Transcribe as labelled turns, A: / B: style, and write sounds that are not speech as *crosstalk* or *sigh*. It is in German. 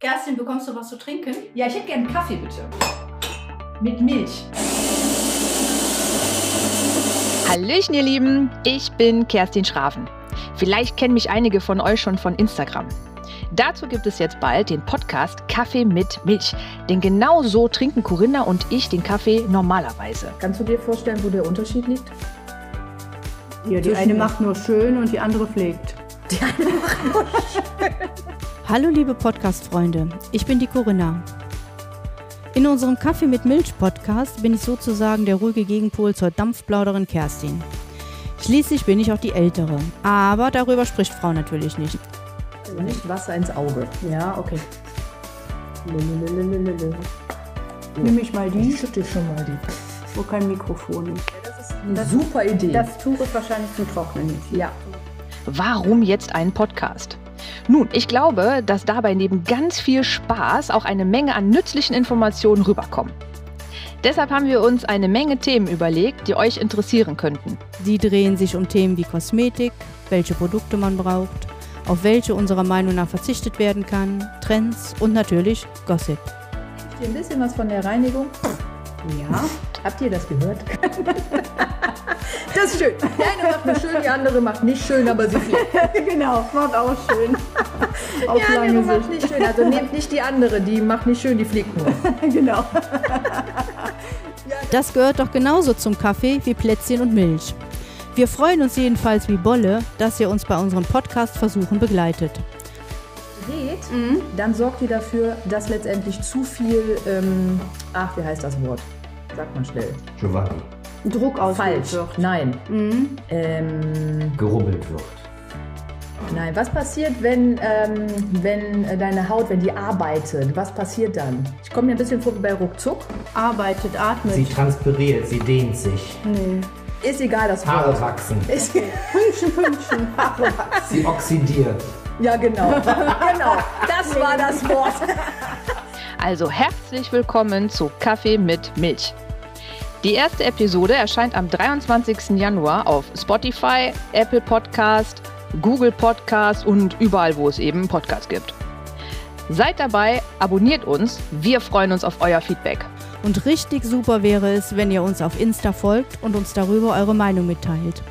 A: Kerstin, bekommst du was zu trinken?
B: Ja, ich hätte gerne einen Kaffee, bitte. Mit Milch.
C: Hallöchen, ihr Lieben. Ich bin Kerstin Schraven. Vielleicht kennen mich einige von euch schon von Instagram. Dazu gibt es jetzt bald den Podcast Kaffee mit Milch. Denn genau so trinken Corinna und ich den Kaffee normalerweise.
D: Kannst du dir vorstellen, wo der Unterschied liegt?
E: Ja, die eine macht nur schön und die andere pflegt. Die eine macht nur
F: schön. *laughs* Hallo liebe Podcast-Freunde, ich bin die Corinna. In unserem Kaffee mit Milch-Podcast bin ich sozusagen der ruhige Gegenpol zur Dampfplauderin Kerstin. Schließlich bin ich auch die Ältere, aber darüber spricht Frau natürlich nicht.
D: Also nicht Wasser ins Auge.
E: Ja, okay.
D: Nimm ich mal die.
E: Ich schütte schon mal die. Wo kein Mikrofon ist.
D: Das ist eine das, super Idee.
E: Das Tuch ist wahrscheinlich zum Trocknen.
D: Ja.
C: Warum jetzt einen Podcast? Nun, ich glaube, dass dabei neben ganz viel Spaß auch eine Menge an nützlichen Informationen rüberkommen. Deshalb haben wir uns eine Menge Themen überlegt, die euch interessieren könnten.
F: Sie drehen sich um Themen wie Kosmetik, welche Produkte man braucht, auf welche unserer Meinung nach verzichtet werden kann, Trends und natürlich Gossip.
D: Habt ihr ein bisschen was von der Reinigung?
E: Ja.
D: Habt ihr das gehört?
E: *laughs* Das ist schön.
D: Die eine macht nur schön, die andere macht nicht schön, aber sie pflegt.
E: *laughs* genau, macht auch
D: *laughs*
E: schön.
D: Auf die lange andere macht nicht schön. Also nehmt nicht die andere, die macht nicht schön, die pflegt
E: *laughs*
D: nur.
E: genau.
F: Das gehört doch genauso zum Kaffee wie Plätzchen und Milch. Wir freuen uns jedenfalls wie Bolle, dass ihr uns bei unseren Podcast-Versuchen begleitet.
D: Dreht, mhm. dann sorgt ihr dafür, dass letztendlich zu viel, ähm, ach, wie heißt das Wort? Sagt man schnell.
G: Giovanni.
D: Druck ausgeübt wird. Nein. Mhm. Ähm,
G: Gerubbelt wird.
D: Nein, was passiert, wenn, ähm, wenn deine Haut, wenn die arbeitet? Was passiert dann? Ich komme mir ein bisschen vor wie bei Ruckzuck.
E: Arbeitet, atmet.
G: Sie transpiriert, sie dehnt sich.
D: Nee. Ist egal, das
G: Haare Wort. wachsen.
D: Ist, Pünchen, Pünchen. Haare
G: wachsen. Sie oxidiert.
D: Ja, genau. genau. Das war das Wort.
C: Also herzlich willkommen zu Kaffee mit Milch. Die erste Episode erscheint am 23. Januar auf Spotify, Apple Podcast, Google Podcast und überall, wo es eben Podcasts gibt. Seid dabei, abonniert uns, wir freuen uns auf euer Feedback.
F: Und richtig super wäre es, wenn ihr uns auf Insta folgt und uns darüber eure Meinung mitteilt.